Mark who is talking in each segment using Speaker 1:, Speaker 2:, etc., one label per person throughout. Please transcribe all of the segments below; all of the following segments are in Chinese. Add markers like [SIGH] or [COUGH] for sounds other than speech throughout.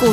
Speaker 1: 股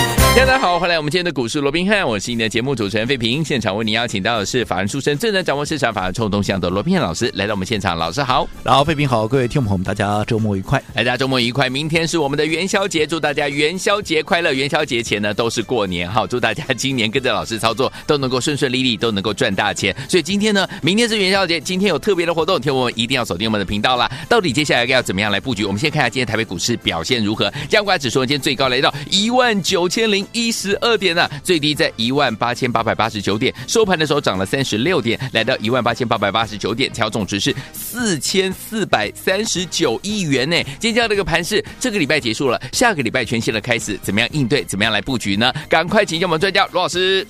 Speaker 2: 大家好，欢迎来我们今天的股市罗宾汉，我是你的节目主持人费平。现场为您邀请到的是法人出身、最能掌握市场法人冲动向的罗宾汉老师，来到我们现场。老师好，
Speaker 3: 然后，费平好，各位听众朋友们，大家周末愉快。
Speaker 2: 大家周末愉快！明天是我们的元宵节，祝大家元宵节快乐！元宵节前呢都是过年哈，祝大家今年跟着老师操作都能够顺顺利利，都能够赚大钱。所以今天呢，明天是元宵节，今天有特别的活动，听我们一定要锁定我们的频道啦。到底接下来要怎么样来布局？我们先看一下今天台北股市表现如何。加权指数呢今天最高来到一万九千零一十二点呢、最低在一万八千八百八十九点，收盘的时候涨了三十六点，来到一万八千八百八十九点，调总值是四千四百三十九亿元呢。今天这样的一个盘势，这个礼拜结束了，下个礼拜全新的开始，怎么样应对？怎么样来布局呢？赶快请教我们专家罗老师。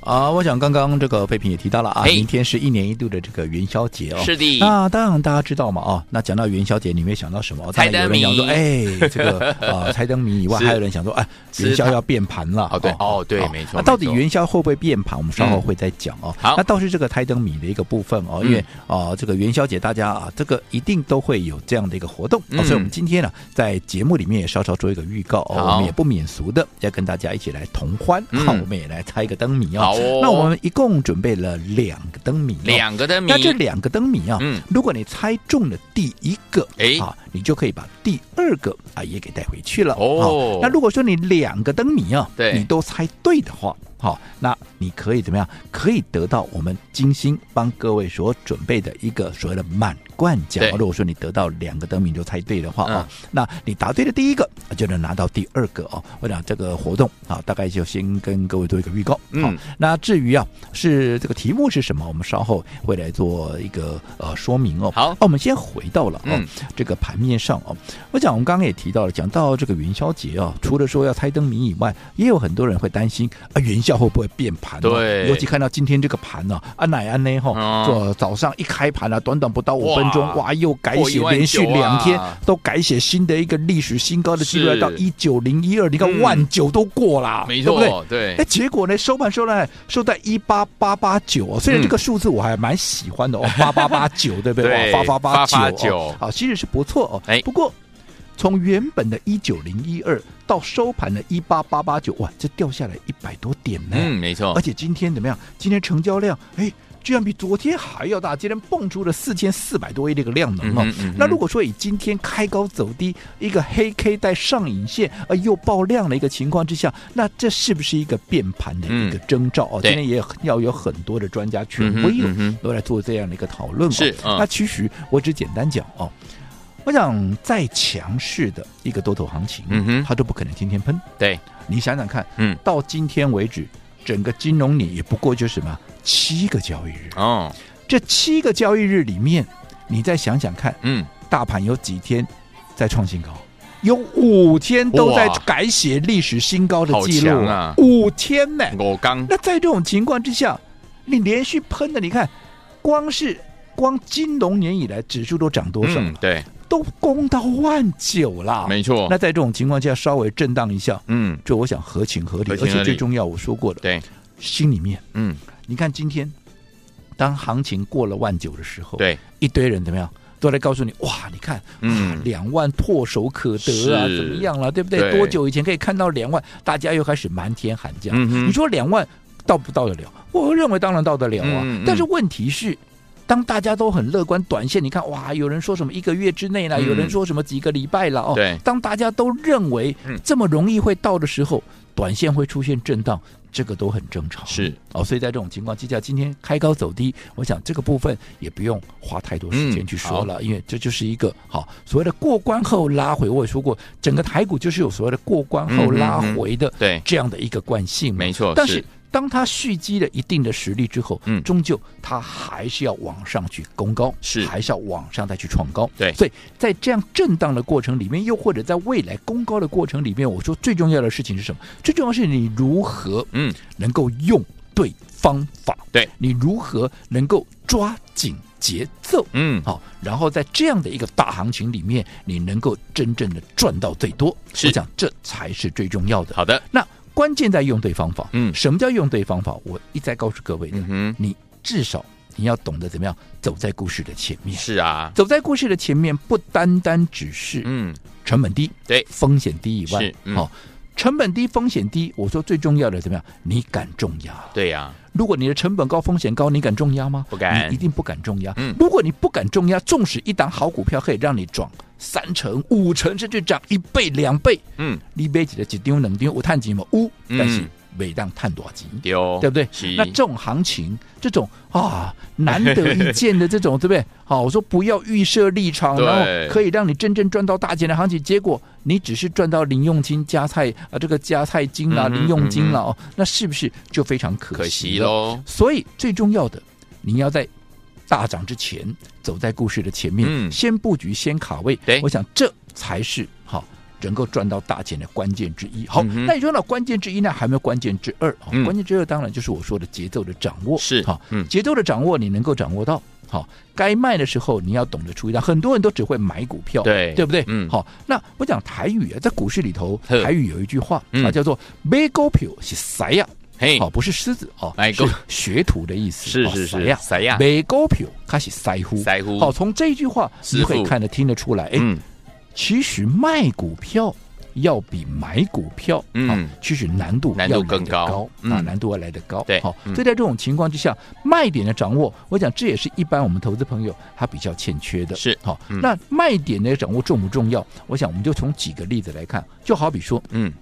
Speaker 3: 啊，我想刚刚这个费平也提到了啊，
Speaker 2: 哎
Speaker 3: 明天是一年一度的这个元宵节哦。
Speaker 2: 是的
Speaker 3: 那当然大家知道嘛哦，那讲到元宵节，你会想到什么？当
Speaker 2: 猜
Speaker 3: 然有
Speaker 2: 灯
Speaker 3: 人想说，
Speaker 2: 谜
Speaker 3: 哎，
Speaker 2: [LAUGHS]
Speaker 3: 这个啊，猜灯谜以外，
Speaker 2: 是
Speaker 3: 还有人想说，哎，
Speaker 2: 吃
Speaker 3: 元宵
Speaker 2: 糖
Speaker 3: 要变盘了。
Speaker 2: 哦对哦对
Speaker 3: 好
Speaker 2: 没错
Speaker 3: 那
Speaker 2: 没
Speaker 3: 到底
Speaker 2: 错
Speaker 3: 元宵会不会变盘？我们稍后
Speaker 2: 嗯
Speaker 3: 会再讲哦。
Speaker 2: 好嗯
Speaker 3: 那倒是这个猜灯谜的一个部分哦，因为啊，这个元宵节大家啊，这个一定都会有这样的一个活动，哦所以我
Speaker 2: 嗯
Speaker 3: 们今天呢，在节目里面也稍稍做一个预告哦，我
Speaker 2: 好
Speaker 3: 们也不免俗的要跟大家一起来同欢，
Speaker 2: 嗯
Speaker 3: 好，我们也来猜一个灯谜哦。
Speaker 2: 好哦
Speaker 3: 那我们一共准备了两个灯谜、哦，
Speaker 2: 两个灯谜
Speaker 3: 那，这两个灯谜啊，
Speaker 2: 嗯
Speaker 3: 如果你猜中了第一个，
Speaker 2: 哎
Speaker 3: 啊，你就可以把第二个啊也给带回去了。啊
Speaker 2: 哦
Speaker 3: 好那如果说你两个灯谜啊，
Speaker 2: 对
Speaker 3: 你都猜对的话，好，那你可以怎么样？可以得到我们精心帮各位所准备的一个所谓的满贯奖
Speaker 2: 对。
Speaker 3: 如果说你得到两个灯谜你就猜对的话啊
Speaker 2: 嗯，
Speaker 3: 那你答对了第一个，就能拿到第二个哦。我想这个活动啊，大概就先跟各位做一个预告。
Speaker 2: 嗯
Speaker 3: 好，那至于啊，是这个题目是什么，我们稍后会来做一个呃说明哦。
Speaker 2: 好
Speaker 3: 那、我们先回到了哦、
Speaker 2: 嗯
Speaker 3: 这个盘面上哦。我讲我们刚刚也提到了，讲到这个元宵节哦，除了说要猜灯谜以外，也有很多人会担心啊，元宵会不会变盘、哦？
Speaker 2: 对
Speaker 3: 尤其看到今天这个盘呢、啊，奶安呢哈、
Speaker 2: 嗯
Speaker 3: 这早上一开盘啊，短短不到五
Speaker 2: 哇
Speaker 3: 分钟，哇，又改
Speaker 2: 破
Speaker 3: 写
Speaker 2: 19,000
Speaker 3: 连续
Speaker 2: 啊
Speaker 3: 两天都改写新的一个历史新高的记录，
Speaker 2: 是
Speaker 3: 来到一九零一二，你看
Speaker 2: 嗯
Speaker 3: 万九都过啦，
Speaker 2: 没
Speaker 3: 对不对？
Speaker 2: 错，对
Speaker 3: 哎，，结果呢，收盘收在收在一八八八九哦，虽然这个数字我还蛮喜欢的哦，八八八
Speaker 2: [LAUGHS]
Speaker 3: 九对不对？
Speaker 2: 嗯对
Speaker 3: 哇，八八八九
Speaker 2: 8889
Speaker 3: 哦，好，其实是不错哦。
Speaker 2: 哎
Speaker 3: 不过从原本的一九零一二到收盘的一八八八九，哇，这掉下来一百多点呢。
Speaker 2: 嗯，没错
Speaker 3: 而，且今天怎么样？今天成交量哎，居然比昨天还要大，今天蹦出了四千四百多亿的一个量能哦。
Speaker 2: 嗯哼嗯哼
Speaker 3: 那如果说以今天开高走低，一个黑 K 带上影线，呃，又爆量的一个情况之下，那这是不是一个变盘的
Speaker 2: 嗯
Speaker 3: 一个征兆？哦，
Speaker 2: 对
Speaker 3: 今天也很要有很多的专家权威哦
Speaker 2: 嗯哼嗯哼
Speaker 3: 都来做这样的一个讨论、哦。
Speaker 2: 是嗯
Speaker 3: 那其实我只简单讲哦。我想，再强势的一个多头行情，
Speaker 2: 嗯哼
Speaker 3: 它都不可能今天喷。
Speaker 2: 对，
Speaker 3: 你想想看，
Speaker 2: 嗯，
Speaker 3: 到今天为止，整个金融年也不过就是什么七个交易日，
Speaker 2: 哦，
Speaker 3: 这七个交易日里面，你再想想看，
Speaker 2: 嗯，
Speaker 3: 大盘有几天在创新高？有五天都在
Speaker 2: 哇
Speaker 3: 改写历史新高的
Speaker 2: 好
Speaker 3: 记录
Speaker 2: 强啊
Speaker 3: 五天呢、
Speaker 2: 我刚
Speaker 3: 那在这种情况之下，你连续喷的，你看，光是光金融年以来指数都涨多少了？
Speaker 2: 嗯，对，
Speaker 3: 都攻到万九啦！
Speaker 2: 没错
Speaker 3: 那，在这种情况下，稍微震荡一下，
Speaker 2: 嗯，
Speaker 3: 这我想合情合理，
Speaker 2: 合情合理
Speaker 3: 而且最重要，我说过的，
Speaker 2: 对，
Speaker 3: 心里面，
Speaker 2: 嗯，
Speaker 3: 你看今天，当行情过了万九的时候，，
Speaker 2: 对，
Speaker 3: 一堆人怎么样？都来告诉你，哇！你看，
Speaker 2: 嗯
Speaker 3: 啊两万唾手可得啊，
Speaker 2: 是
Speaker 3: 怎么样了，对不对？
Speaker 2: 对
Speaker 3: 多久以前可以看到两万？大家又开始瞒天喊价。
Speaker 2: 嗯哼
Speaker 3: 你说两万到不到得了？我认为当然到得了啊，
Speaker 2: 嗯嗯
Speaker 3: 但是问题是。当大家都很乐观，短线你看哇，有人说什么一个月之内啦，
Speaker 2: 嗯
Speaker 3: 有人说什么几个礼拜啦，哦
Speaker 2: 对，
Speaker 3: 当大家都认为
Speaker 2: 嗯
Speaker 3: 这么容易会到的时候，短线会出现震荡，这个都很正常。
Speaker 2: 是
Speaker 3: 哦，所以在这种情况之下，今天开高走低，我想这个部分也不用花太多时间
Speaker 2: 嗯
Speaker 3: 去说了，因为这就是一个好所谓的过关后拉回。我也说过，整个台股就是有所谓的过关
Speaker 2: 嗯
Speaker 3: 后拉回的
Speaker 2: 对，
Speaker 3: 这样的一个惯性嘛。
Speaker 2: 没错，
Speaker 3: 嗯但是当它蓄积了一定的实力之后，
Speaker 2: 哦嗯
Speaker 3: 终究它还是要往上去攻高，
Speaker 2: 是
Speaker 3: 还是要往上再去创高。
Speaker 2: 对
Speaker 3: 所以在这样震荡的过程里面，又或者在未来攻高的过程里面，我说最重要的事情是什么？最重要是你如何
Speaker 2: 嗯，
Speaker 3: 能够用对方法，
Speaker 2: 对
Speaker 3: 你如何能够抓紧节奏。
Speaker 2: 嗯，
Speaker 3: 好，然后在这样的一个大行情里面，你能够真正的赚到最多，
Speaker 2: 是
Speaker 3: 我想这才是最重要的。
Speaker 2: 好的，
Speaker 3: 那关键在用对方法。
Speaker 2: 嗯
Speaker 3: 什么叫用对方法？我一再告诉各位的，
Speaker 2: 嗯
Speaker 3: 你至少你要懂得怎么样走在故事的前面。
Speaker 2: 是啊，
Speaker 3: 走在故事的前面，不单单只是
Speaker 2: 嗯，
Speaker 3: 成本低、
Speaker 2: 对
Speaker 3: 风险低以外，
Speaker 2: 是嗯
Speaker 3: 好、成本低、风险低，我说最重要的怎么样？你敢重压？
Speaker 2: 对啊呀，
Speaker 3: 如果你的成本高、风险高，你敢重压吗？
Speaker 2: 不敢
Speaker 3: 你一定不敢重压。
Speaker 2: 嗯
Speaker 3: 如果你不敢重压，纵使一档好股票可以让你涨三成、五成，甚至涨一倍、两倍，
Speaker 2: 嗯，
Speaker 3: 你买几的几丢能丢，我探几毛五，
Speaker 2: 嗯
Speaker 3: 但是每档探多少钱？
Speaker 2: 丢，
Speaker 3: 对不对
Speaker 2: 是？
Speaker 3: 那这种行情，这种啊难得一见的这种，对
Speaker 2: [LAUGHS]
Speaker 3: 不对？好，我说不要预设立场，
Speaker 2: 对
Speaker 3: 然后可以让你真正赚到大钱的行情，结果你只是赚到零用金、加菜啊，这个加菜金啦、
Speaker 2: 嗯哼
Speaker 3: 零用金啦、哦，那是不是就非常可
Speaker 2: 可
Speaker 3: 惜
Speaker 2: 惜
Speaker 3: 了？
Speaker 2: 喽，
Speaker 3: 所以最重要的，你要在大涨之前走在故事的前面，
Speaker 2: 嗯
Speaker 3: 先布局，先卡位。
Speaker 2: 对
Speaker 3: 我想这才是好。能够赚到大钱的关键之一。好，
Speaker 2: 嗯哼
Speaker 3: 那你说呢？关键之一呢，还没有关键之二啊、
Speaker 2: 嗯
Speaker 3: 关键之二当然就是我说的节奏的掌握。
Speaker 2: 是
Speaker 3: 好，
Speaker 2: 嗯
Speaker 3: 节奏的掌握你能够掌握到。好，该卖的时候你要懂得出一道。很多人都只会买股票，
Speaker 2: 对
Speaker 3: 对不对？
Speaker 2: 嗯
Speaker 3: 好，那我讲台语啊，在股市里头，
Speaker 2: 呵
Speaker 3: 台语有一句话、
Speaker 2: 嗯
Speaker 3: 啊，叫做“买股票是谁呀、
Speaker 2: 嘿
Speaker 3: 哦，，不是狮子哦，
Speaker 2: 哎
Speaker 3: 是
Speaker 2: 够
Speaker 3: 学徒的意思，
Speaker 2: 是
Speaker 3: 哦
Speaker 2: 是
Speaker 3: 塞
Speaker 2: 是
Speaker 3: 呀，
Speaker 2: 谁呀？
Speaker 3: 美股票开始塞乎，
Speaker 2: 塞乎
Speaker 3: 好，哦从这句话
Speaker 2: 师
Speaker 3: 你可以
Speaker 2: 傅
Speaker 3: 看得听得出来，哎，
Speaker 2: 嗯，
Speaker 3: 其实卖股票要比买股票，
Speaker 2: 嗯
Speaker 3: 好其实难度
Speaker 2: 难度
Speaker 3: 要来得
Speaker 2: 更高
Speaker 3: 高
Speaker 2: 嗯
Speaker 3: 啊，难度要来得高。
Speaker 2: 对
Speaker 3: 好，
Speaker 2: 嗯
Speaker 3: 所以在这种情况之下，卖点的掌握，我想这也是一般我们投资朋友他比较欠缺的。
Speaker 2: 是
Speaker 3: 好，
Speaker 2: 嗯
Speaker 3: 那卖点的掌握重不重要？我想我们就从几个例子来看，就好比说，
Speaker 2: 嗯，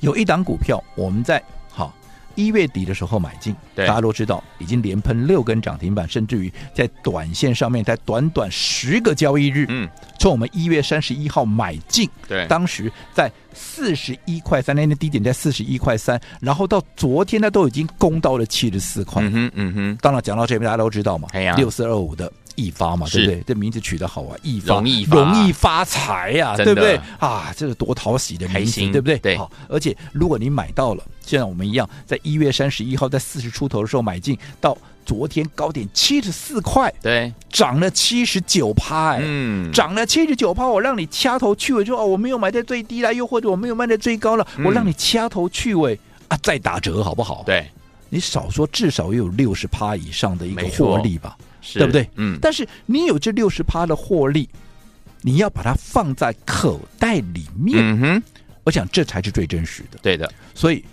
Speaker 3: 有一档股票，我们在好一月底的时候买进，
Speaker 2: 对
Speaker 3: 大家都知道已经连喷六根涨停板，甚至于在短线上面，在短短十个交易日，
Speaker 2: 嗯，
Speaker 3: 从我们一月三十一号买进，
Speaker 2: 对，
Speaker 3: 当时在四十一块三，那天低点在四十一块三，然后到昨天呢都已经攻到了七十四块。
Speaker 2: 嗯哼，嗯哼，
Speaker 3: 当然讲到这边，大家都知道嘛
Speaker 2: 哎呀，
Speaker 3: 六四二五的。易发嘛，对
Speaker 2: 是
Speaker 3: 不对？这名字取得好啊，易发
Speaker 2: 容易发
Speaker 3: 容易发财呀、
Speaker 2: 真的
Speaker 3: 对不对？啊，这个多讨喜的
Speaker 2: 开
Speaker 3: 名字
Speaker 2: 心，
Speaker 3: 对不对？
Speaker 2: 对
Speaker 3: 好，而且如果你买到了，就像我们一样，在一月三十一号在四十出头的时候买进，到昨天高点七十四块，
Speaker 2: 对，
Speaker 3: 涨了七十九趴，哎、
Speaker 2: 嗯，
Speaker 3: 涨了七十九趴，我让你掐头去尾，就哦，我没有买在最低啦，又或者我没有卖在最高了，
Speaker 2: 嗯
Speaker 3: 我让你掐头去尾啊，再打折好不好？，
Speaker 2: 对，
Speaker 3: 你少说至少也有六十趴以上的一个
Speaker 2: 没错
Speaker 3: 获利吧，
Speaker 2: 是
Speaker 3: 对不对？
Speaker 2: 嗯，
Speaker 3: 但是你有这六十趴的获利，你要把它放在口袋里面，
Speaker 2: 嗯哼，
Speaker 3: 我想这才是最真实的。
Speaker 2: 对的，
Speaker 3: 所以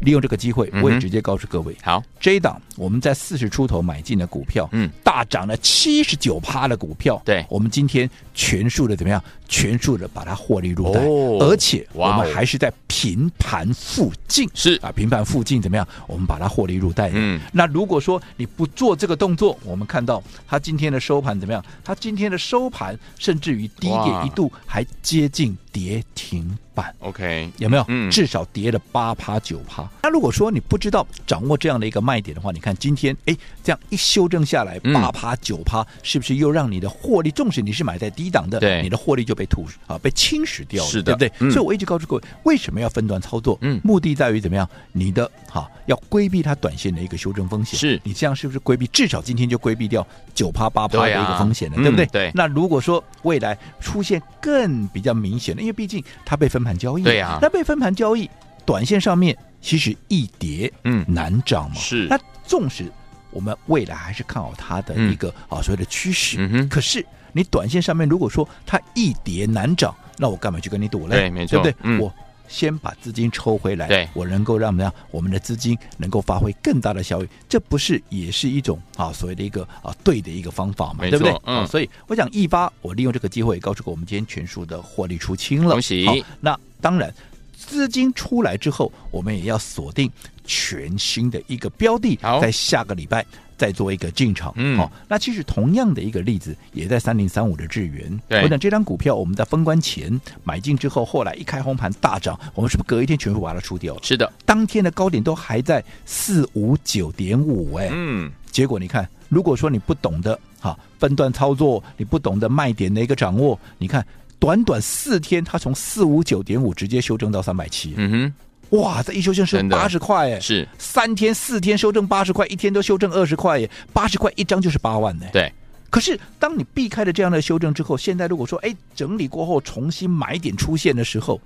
Speaker 3: 利用这个机会
Speaker 2: 嗯，哼
Speaker 3: 我也直接告诉各位，
Speaker 2: 好，
Speaker 3: 这一档我们在四十出头买进的股票，
Speaker 2: 嗯，
Speaker 3: 大涨了七十九趴的股票，
Speaker 2: 对
Speaker 3: 我们今天全数的怎么样？全数的把它获利入袋，
Speaker 2: 哦
Speaker 3: 而且我
Speaker 2: 哇哦
Speaker 3: 们还是在平盘附近。
Speaker 2: 是，
Speaker 3: 啊，哎平盘附近怎么样？我们把它获利入袋的。
Speaker 2: 嗯
Speaker 3: 那如果说你不做这个动作，我们看到它今天的收盘怎么样？它今天的收盘甚至于低
Speaker 2: 哇
Speaker 3: 点一度还接近跌停板。
Speaker 2: ，OK，
Speaker 3: 有没有？
Speaker 2: 嗯
Speaker 3: 至少跌了八趴九趴。那如果说你不知道掌握这样的一个卖点的话，你看今天哎，这样一修正下来
Speaker 2: 嗯
Speaker 3: 八趴九趴，是不是又让你的获利，纵使你是买在低档的，
Speaker 2: 对
Speaker 3: 你的获利就被吐啊被侵蚀掉了，
Speaker 2: 是的
Speaker 3: 对不对？
Speaker 2: 嗯
Speaker 3: 所以我一直告诉各位，为什么要分段操作？
Speaker 2: 嗯
Speaker 3: 目的在于怎么样？你的哈、要规避它短线的一个修正风险，
Speaker 2: 是
Speaker 3: 你这样是不是规避？至少今天就规避掉九趴八趴的
Speaker 2: 对
Speaker 3: 一
Speaker 2: 啊
Speaker 3: 个风险了，
Speaker 2: 嗯
Speaker 3: 对不对？
Speaker 2: 对
Speaker 3: 那如果说未来出现更比较明显的，因为毕竟它被分盘交易，
Speaker 2: 对啊
Speaker 3: 那被分盘交易，短线上面其实一跌
Speaker 2: 嗯，
Speaker 3: 难涨嘛，
Speaker 2: 是
Speaker 3: 哦那纵使我们未来还是看好它的一个、啊所谓的趋势，
Speaker 2: 嗯哼
Speaker 3: 可是你短线上面如果说它一跌难涨，那我干嘛去跟你赌嘞？
Speaker 2: 对没错
Speaker 3: 对不对？
Speaker 2: 嗯
Speaker 3: 我。先把资金抽回来，
Speaker 2: 对
Speaker 3: 我能够让怎么样？我们的资金能够发挥更大的效益，这不是也是一种啊所谓的一个啊对的一个方法嘛，
Speaker 2: 没
Speaker 3: 对不对
Speaker 2: 错？嗯
Speaker 3: 啊所以我想一发，我利用这个机会告诉过我们今天全数的获利出清了，
Speaker 2: 恭喜
Speaker 3: 好那当然，资金出来之后，我们也要锁定全新的一个标的
Speaker 2: 好，
Speaker 3: 在下个礼拜再做一个进场。
Speaker 2: 嗯
Speaker 3: 好、那其实同样的一个例子，也在三零三五的智源。
Speaker 2: 对
Speaker 3: 我想这张股票我们在封关前买进之后，后来一开红盘大涨，我们是不是隔一天全部把它出掉了？
Speaker 2: 是的，
Speaker 3: 当天的高点都还在四五九点五，哎，
Speaker 2: 嗯，
Speaker 3: 结果你看，如果说你不懂得哈、分段操作，你不懂得卖点的一个掌握，你看短短四天，它从四五九点五直接修正到三百七，
Speaker 2: 嗯
Speaker 3: 哇，这一修正是
Speaker 2: 真的
Speaker 3: 八十块哎，
Speaker 2: 哼，是，
Speaker 3: 哎三天四天修正八十块，一天都修正二十块耶，八十块一张就是八万呢。
Speaker 2: 对，
Speaker 3: 可是当你避开了这样的修正之后，现在如果说哎整理过后重新买点出现的时候，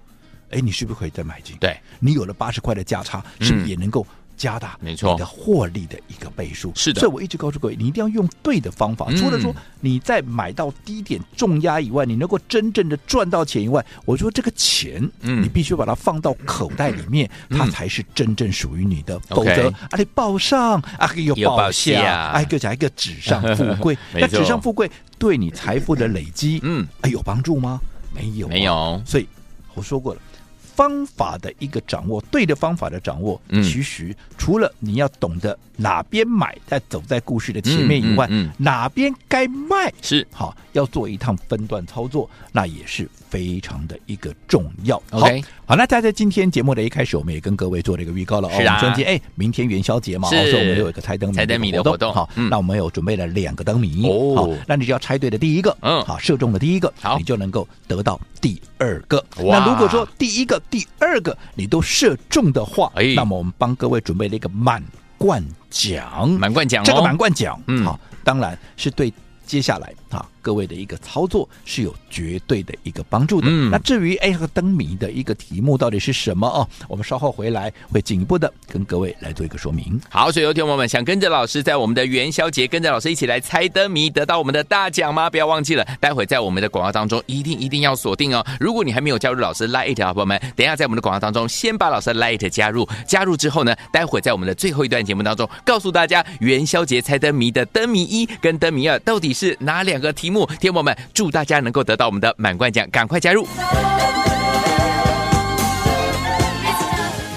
Speaker 3: 哎，你是不是可以再买进？
Speaker 2: 对，
Speaker 3: 你有了八十块的价差，
Speaker 2: 嗯
Speaker 3: 是不是也能够？加大
Speaker 2: 没错
Speaker 3: 你的获利的一个倍数
Speaker 2: 是的
Speaker 3: 所以我一直告诉各位，你一定要用对的方法。
Speaker 2: 嗯
Speaker 3: 除了说你在买到低点重压以外，你能够真正的赚到钱以外，我说这个钱，
Speaker 2: 嗯
Speaker 3: 你必须把它放到口袋里面，
Speaker 2: 嗯
Speaker 3: 它才是真正属于你的。否
Speaker 2: OK
Speaker 3: 则啊，你报上啊，又
Speaker 2: 又报
Speaker 3: 报
Speaker 2: 下
Speaker 3: 下，哎，个讲一个纸上富贵
Speaker 2: [LAUGHS] ，没
Speaker 3: 那
Speaker 2: 错
Speaker 3: 纸上富贵对你财富的累积，
Speaker 2: 嗯，
Speaker 3: 哎，有帮助吗？没有啊，
Speaker 2: 没有，
Speaker 3: 所以我说过了，方法的一个掌握，对的方法的掌握，
Speaker 2: 嗯
Speaker 3: 其实除了你要懂得哪边买，在走在故事的前面以外，
Speaker 2: 嗯嗯嗯
Speaker 3: 哪边该卖，
Speaker 2: 是
Speaker 3: 好要做一趟分段操作，那也是非常的一个重要。
Speaker 2: OK
Speaker 3: 好，好，那大家在今天节目的一开始，我们也跟各位做了一个预告了哦。
Speaker 2: 是啊
Speaker 3: 我们专辑哎，明天元宵节嘛，哦
Speaker 2: 是
Speaker 3: 所以我们有一个猜灯谜
Speaker 2: 猜灯谜的
Speaker 3: 活动。
Speaker 2: 活动
Speaker 3: 好，
Speaker 2: 嗯
Speaker 3: 那我们有准备了两个灯谜
Speaker 2: 哦
Speaker 3: 好，那你只要猜对的第一个，
Speaker 2: 嗯
Speaker 3: 好，射中的第一个，
Speaker 2: 好
Speaker 3: 你就能够得到第二个。
Speaker 2: 哇
Speaker 3: 那如果说第一个、第二个你都射中的话，
Speaker 2: 哎
Speaker 3: 那么我们帮各位准备了一个满贯奖，
Speaker 2: 满贯奖哦，
Speaker 3: 嗯这个满贯奖，
Speaker 2: 嗯
Speaker 3: 好，当然是对接下来啊各位的一个操作是有绝对的一个帮助的。
Speaker 2: 嗯
Speaker 3: 那至于哎和灯谜的一个题目到底是什么哦，我们稍后回来会进一步的跟各位来做一个说明。
Speaker 2: 好，所以有听众朋友们想跟着老师在我们的元宵节跟着老师一起来猜灯谜，得到我们的大奖吗？不要忘记了，待会在我们的广告当中一定一定要锁定哦。如果你还没有加入老师 Light 的好朋友们，等一下在我们的广告当中先把老师的 Light 加入，加入之后呢，待会在我们的最后一段节目当中告诉大家元宵节猜灯谜的灯谜一跟灯谜二到底是哪两个题目。听众朋友们，祝大家能够得到我们的满贯奖，赶快加入。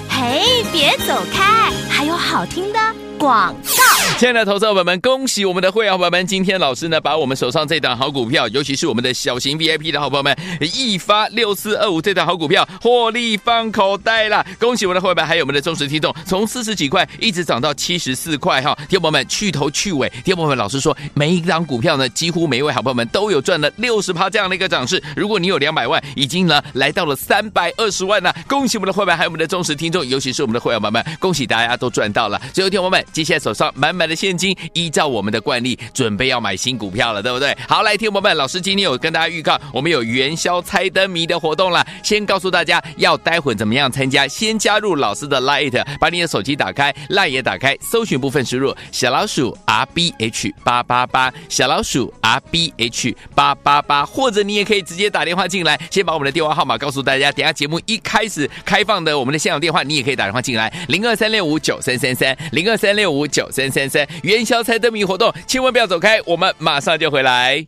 Speaker 1: 嘿，别走开，还有好听的广告。
Speaker 2: 亲爱的投资者朋友们，恭喜我们的会员伙伴们！今天老师呢，把我们手上这档好股票，尤其是我们的小型 VIP 的好朋友们，一发六四二五这档好股票获利放口袋啦！恭喜我们的会员们，还有我们的忠实听众，从四十几块一直涨到七十四块哈！听众朋友们，去头去尾，听众朋友们，老师说每一档股票呢，几乎每一位好朋友们都有赚了六十趴这样的一个涨势。如果你有两百万，已经呢来到了三百二十万了，恭喜我们的会员，还有我们的忠实听众，尤其是我们的会员们们，恭喜大家都赚到了。所以，听众朋友们，接下来手上满满的现金，依照我们的惯例，准备要买新股票了，对不对？好，来，听众朋友们，老师今天有跟大家预告，我们有元宵猜灯谜的活动了。先告诉大家要待会怎么样参加，先加入老师的 Light，把你的手机打开，Light 也打开，搜寻部分输入小老鼠 R B H 八八八，小老鼠 R B H 八八八，或者你也可以直接打电话进来，先把我们的电话号码告诉大家。等一下节目一开始开放的我们的现场电话，你也可以打电话进来，零二三六五九三三三，零二三六五九三三三，元宵猜灯谜活动，千万不要走开，我们马上就回来。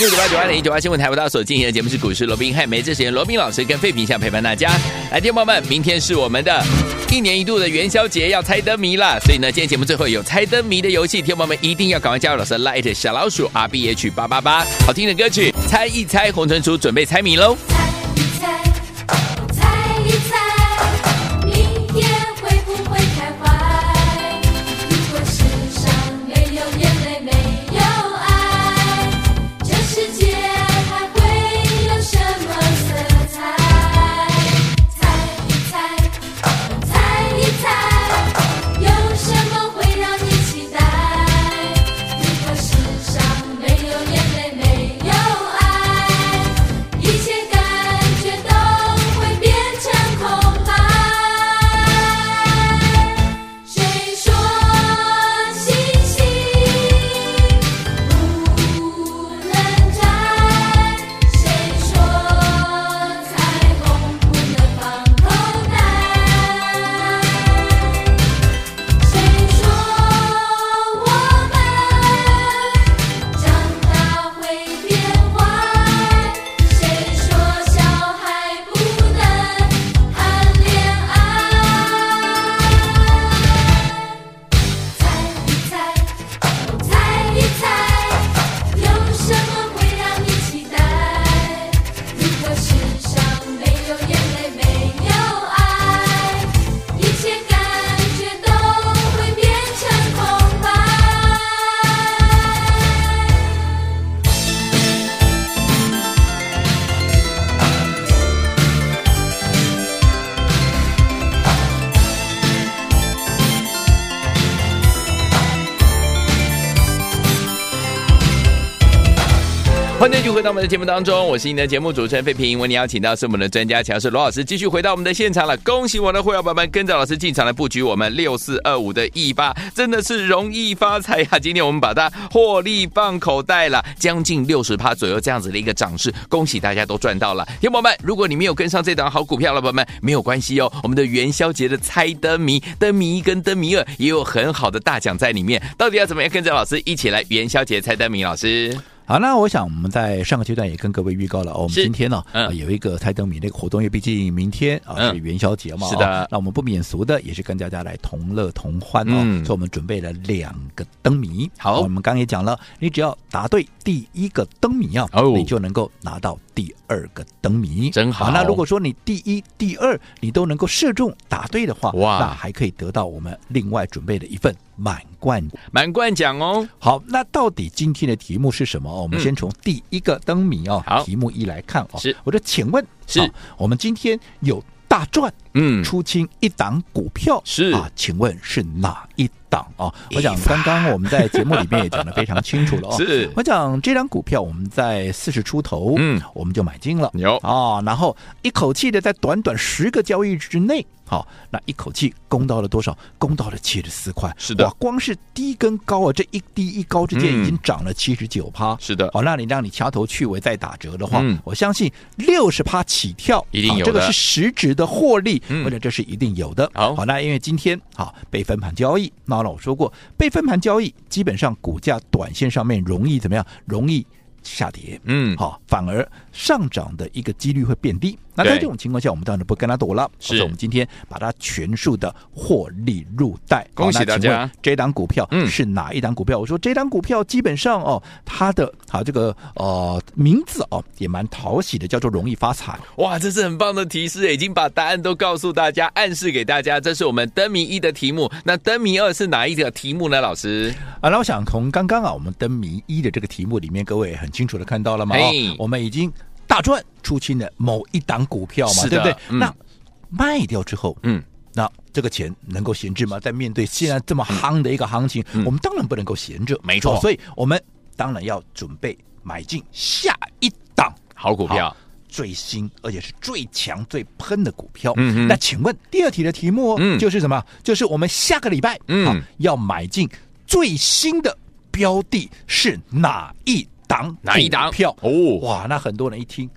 Speaker 2: 六九八九八零一九八新闻台，我到所进行的节目是股市罗宾汉，每次时间罗宾老师跟费平想陪伴大家。来，听众朋友们，明天是我们的一年一度的元宵节，要猜灯谜了，所以呢，今天节目最后有猜灯谜的游戏，听众朋友们一定要赶快加入老师的 Light 小老鼠 R B H 八八八，好听的歌曲，猜一猜，红尘厨准备猜谜喽。
Speaker 4: 猜猜一猜，明天会不会开怀？如果世上没有眼泪，没有爱，这世界还会有什么色彩？猜一猜，猜一猜，有什么会让你期待？如果世上没有眼泪，没有爱。一切该
Speaker 2: 欢迎继续回到我们的节目当中，我是您的节目主持人费平。为您邀请到是我们的专家强势罗老师，继续回到我们的现场了。恭喜我的会员宝宝们跟着老师进场来布局我们六四二五的易发，真的是容易发财呀、今天我们把它获利放口袋了，将近六十趴左右这样子的一个涨势，恭喜大家都赚到了。听众朋友们，如果你没有跟上这档好股票了，宝宝们没有关系哦，我们的元宵节的猜灯谜、灯谜一跟灯谜二也有很好的大奖在里面。到底要怎么样跟着老师一起来元宵节猜灯谜？老师，
Speaker 3: 好，那我想我们在上个阶段也跟各位预告了，哦、我们
Speaker 2: 是
Speaker 3: 今天呢、
Speaker 2: 嗯
Speaker 3: 啊有一个猜灯谜的一个活动，因为毕竟明天啊、
Speaker 2: 嗯
Speaker 3: 是元宵节嘛，
Speaker 2: 是的
Speaker 3: 哦那我们不免俗的也是跟大家来同乐同欢哦，
Speaker 2: 嗯
Speaker 3: 所以我们准备了两个灯谜。
Speaker 2: 好
Speaker 3: 我们刚刚也讲了，你只要答对第一个灯谜啊，
Speaker 2: 哦
Speaker 3: 你就能够拿到第二个灯谜，
Speaker 2: 真好
Speaker 3: 那如果说你第一、第二你都能够射中答对的话，
Speaker 2: 哇
Speaker 3: 那还可以得到我们另外准备的一份满贯
Speaker 2: 满贯奖哦。
Speaker 3: 好，那到底今天的题目是什么？哦，我们
Speaker 2: 嗯
Speaker 3: 先从第一个灯谜哦，
Speaker 2: 好
Speaker 3: 题目一来看哦，
Speaker 2: 是
Speaker 3: 我说，请问
Speaker 2: 是
Speaker 3: 啊我们今天有大赚
Speaker 2: 嗯，
Speaker 3: 出清一档股票
Speaker 2: 是
Speaker 3: 啊，请问是哪一档哦？我想刚刚我们在节目里面也讲的非常清楚了哦，
Speaker 2: [LAUGHS] 嗯是
Speaker 3: 我讲这张股票我们在四十出头，
Speaker 2: 嗯，
Speaker 3: 我们就买进了，
Speaker 2: 有
Speaker 3: 啊，然后一口气的在短短十个交易日之内，好、那一口气攻到了多少？攻到了七十四块。
Speaker 2: 是的
Speaker 3: 哇，光是低跟高啊，这一低一高之间
Speaker 2: 嗯
Speaker 3: 已经涨了七十九趴。
Speaker 2: 是的
Speaker 3: 哦好、那你让你掐头去尾再打折的话，
Speaker 2: 嗯
Speaker 3: 我相信六十趴起跳，
Speaker 2: 一定
Speaker 3: 啊
Speaker 2: 有
Speaker 3: 这个
Speaker 2: 的
Speaker 3: 是实质的获利，
Speaker 2: 嗯
Speaker 3: 或者这是一定有的。
Speaker 2: 好
Speaker 3: 那因为今天啊被分盘交易，那老说过被分盘交易，基本上股价短线上面容易怎么样？容易下跌。
Speaker 2: 嗯，
Speaker 3: 好、反而上涨的一个几率会变低。那
Speaker 2: 对
Speaker 3: 在这种情况下，我们当然不跟他赌了，
Speaker 2: 是
Speaker 3: 所以我们今天把它全数的获利入袋。好
Speaker 2: 恭喜
Speaker 3: 那
Speaker 2: 大
Speaker 3: 请问
Speaker 2: 家
Speaker 3: 这档股票
Speaker 2: 嗯
Speaker 3: 是哪一档股票？我说这档股票基本上哦，它的啊这个呃名字哦也蛮讨喜的，叫做容易发财。
Speaker 2: 哇，这是很棒的提示，已经把答案都告诉大家，暗示给大家，这是我们灯谜一的题目。那灯谜二是哪一个题目呢？老师，
Speaker 3: 啊，那我想从刚刚啊，我们灯谜一的这个题目里面，各位很清楚的看到了嘛、
Speaker 2: 嘿
Speaker 3: 哦，我们已经大赚出清了某一档股票嘛，
Speaker 2: 是
Speaker 3: 对
Speaker 2: 的
Speaker 3: 不对？
Speaker 2: 嗯
Speaker 3: 那卖掉之后，
Speaker 2: 嗯，
Speaker 3: 那这个钱能够闲置吗？在面对现在这么夯的一个行情，
Speaker 2: 嗯
Speaker 3: 我们当然不能够闲着，
Speaker 2: 没错
Speaker 3: 哦所以我们当然要准备买进下一档
Speaker 2: 好股票
Speaker 3: 好最新而且是最强最喷的股票。
Speaker 2: 嗯哼
Speaker 3: 那请问第二题的题目、哦
Speaker 2: 嗯
Speaker 3: 就是什么？就是我们下个礼拜
Speaker 2: 嗯
Speaker 3: 好要买进最新的标的是哪一档
Speaker 2: 哪一档
Speaker 3: 股票？
Speaker 2: 哦，
Speaker 3: 哇，那很多人一听。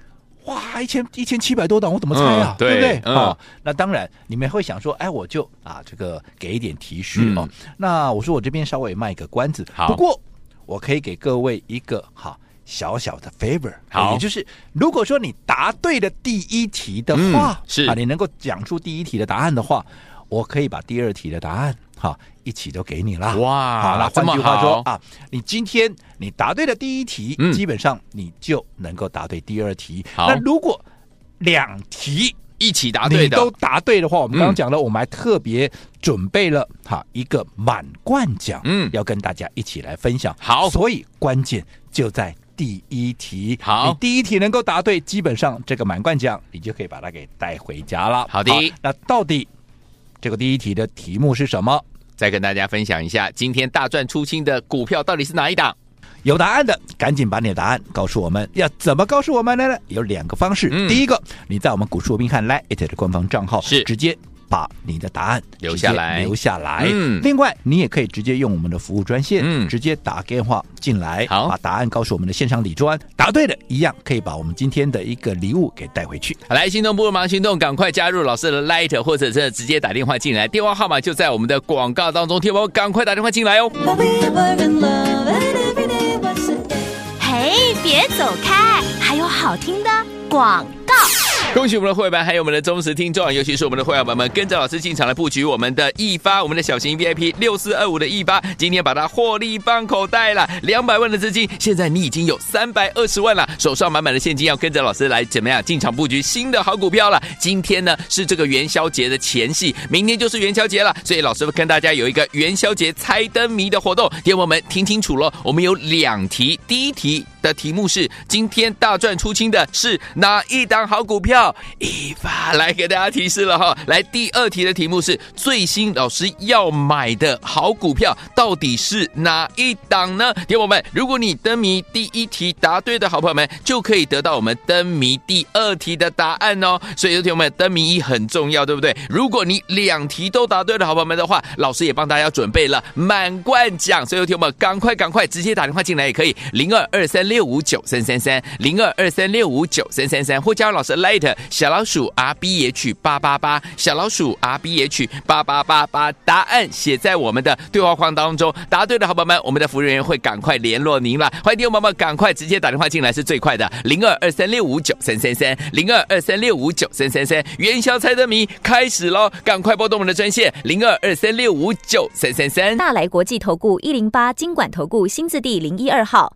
Speaker 3: 哇，一千一千七百多档，我怎么猜啊？
Speaker 2: 嗯对
Speaker 3: 不对？
Speaker 2: 嗯
Speaker 3: 哦，那当然，你们会想说，哎，我就啊，这个给一点提示、哦。那我说我这边稍微卖个关子，
Speaker 2: 嗯好
Speaker 3: 不过我可以给各位一个哈小小的 favor，
Speaker 2: 好
Speaker 3: 也就是如果说你答对了第一题的话，
Speaker 2: 嗯是
Speaker 3: 啊，你能够讲出第一题的答案的话，我可以把第二题的答案哈一起都给你啦。
Speaker 2: 哇
Speaker 3: 好，那
Speaker 2: 这
Speaker 3: 换
Speaker 2: 么
Speaker 3: 句话说
Speaker 2: 好
Speaker 3: 啊，你今天你答对了第一题，
Speaker 2: 嗯
Speaker 3: 基本上你就能够答对第二题。
Speaker 2: 好
Speaker 3: 那如果两题
Speaker 2: 一起答对
Speaker 3: 你
Speaker 2: 的，
Speaker 3: 都答对的话，我们
Speaker 2: 嗯
Speaker 3: 刚刚讲了，我们还特别准备了哈一个满贯奖，
Speaker 2: 嗯
Speaker 3: 要跟大家一起来分享。
Speaker 2: 好
Speaker 3: 所以关键就在。第一题，
Speaker 2: 好
Speaker 3: 你第一题能够答对，基本上这个满贯奖你就可以把它给带回家了。
Speaker 2: 好的
Speaker 3: 那到底这个第一题的题目是什么？
Speaker 2: 再跟大家分享一下，今天大赚出清的股票到底是哪一档？
Speaker 3: 有答案的，赶紧把你的答案告诉我们。要怎么告诉我们呢？有两个方式。
Speaker 2: 嗯
Speaker 3: 第一个，你在我们股市罗宾汉 Line 的官方账号
Speaker 2: 是
Speaker 3: 直接。把你的答案
Speaker 2: 留下来
Speaker 3: 直接留下来。
Speaker 2: 嗯
Speaker 3: 另外，你也可以直接用我们的服务专线，
Speaker 2: 嗯
Speaker 3: 直接打电话进来，
Speaker 2: 好
Speaker 3: 把答案告诉我们的线上理专，答对了，一样可以把我们今天的一个礼物给带回去。
Speaker 2: 来，心动不如忙行动，赶快加入老师的 Light，或者是直接打电话进来，电话号码就在我们的广告当中，听我赶快打电话进来哦。
Speaker 4: But we were in love, and every day was a day.
Speaker 1: 嘿，别走开，还有好听的广告。
Speaker 2: 恭喜我们的会员，还有我们的忠实听众，尤其是我们的会员宝宝们，跟着老师进场来布局我们的易发，我们的小型 VIP 六四二五的易发，今天把它获利放口袋了，两百万的资金，现在你已经有三百二十万了，手上满满的现金，要跟着老师来怎么样进场布局新的好股票了。今天呢是这个元宵节的前夕，明天就是元宵节了，所以老师跟大家有一个元宵节猜灯谜的活动，给我们听清楚喽，我们有两题，第一题。的题目是：今天大赚出清的是哪一档好股票？一发来给大家提示了哈。来，第二题的题目是最新老师要买的好股票到底是哪一档呢？听友们，如果你灯谜第一题答对的好朋友们，就可以得到我们灯谜第二题的答案哦。所以，听友们，灯谜一很重要，对不对？如果你两题都答对的好朋友们的话，老师也帮大家准备了满贯奖。所以，听友们，赶快赶快直接打电话进来也可以，零二二三六五九三三三，零二二三六五九三三三，或加入老师 Light 小老鼠 R B H 八八八，小老鼠 R B H 八八八，把答案写在我们的对话框当中。答对的好朋友们，我们的服务人员会赶快联络您了。欢迎听众朋友们赶快直接打电话进来是最快的，零二二三六五九三三三，零二二三六五九三三三，元宵猜灯谜开始喽！赶快拨动我们的专线零二二三六五九三三三。
Speaker 1: 大来国际投顾一零八金管投顾新字第零一二号。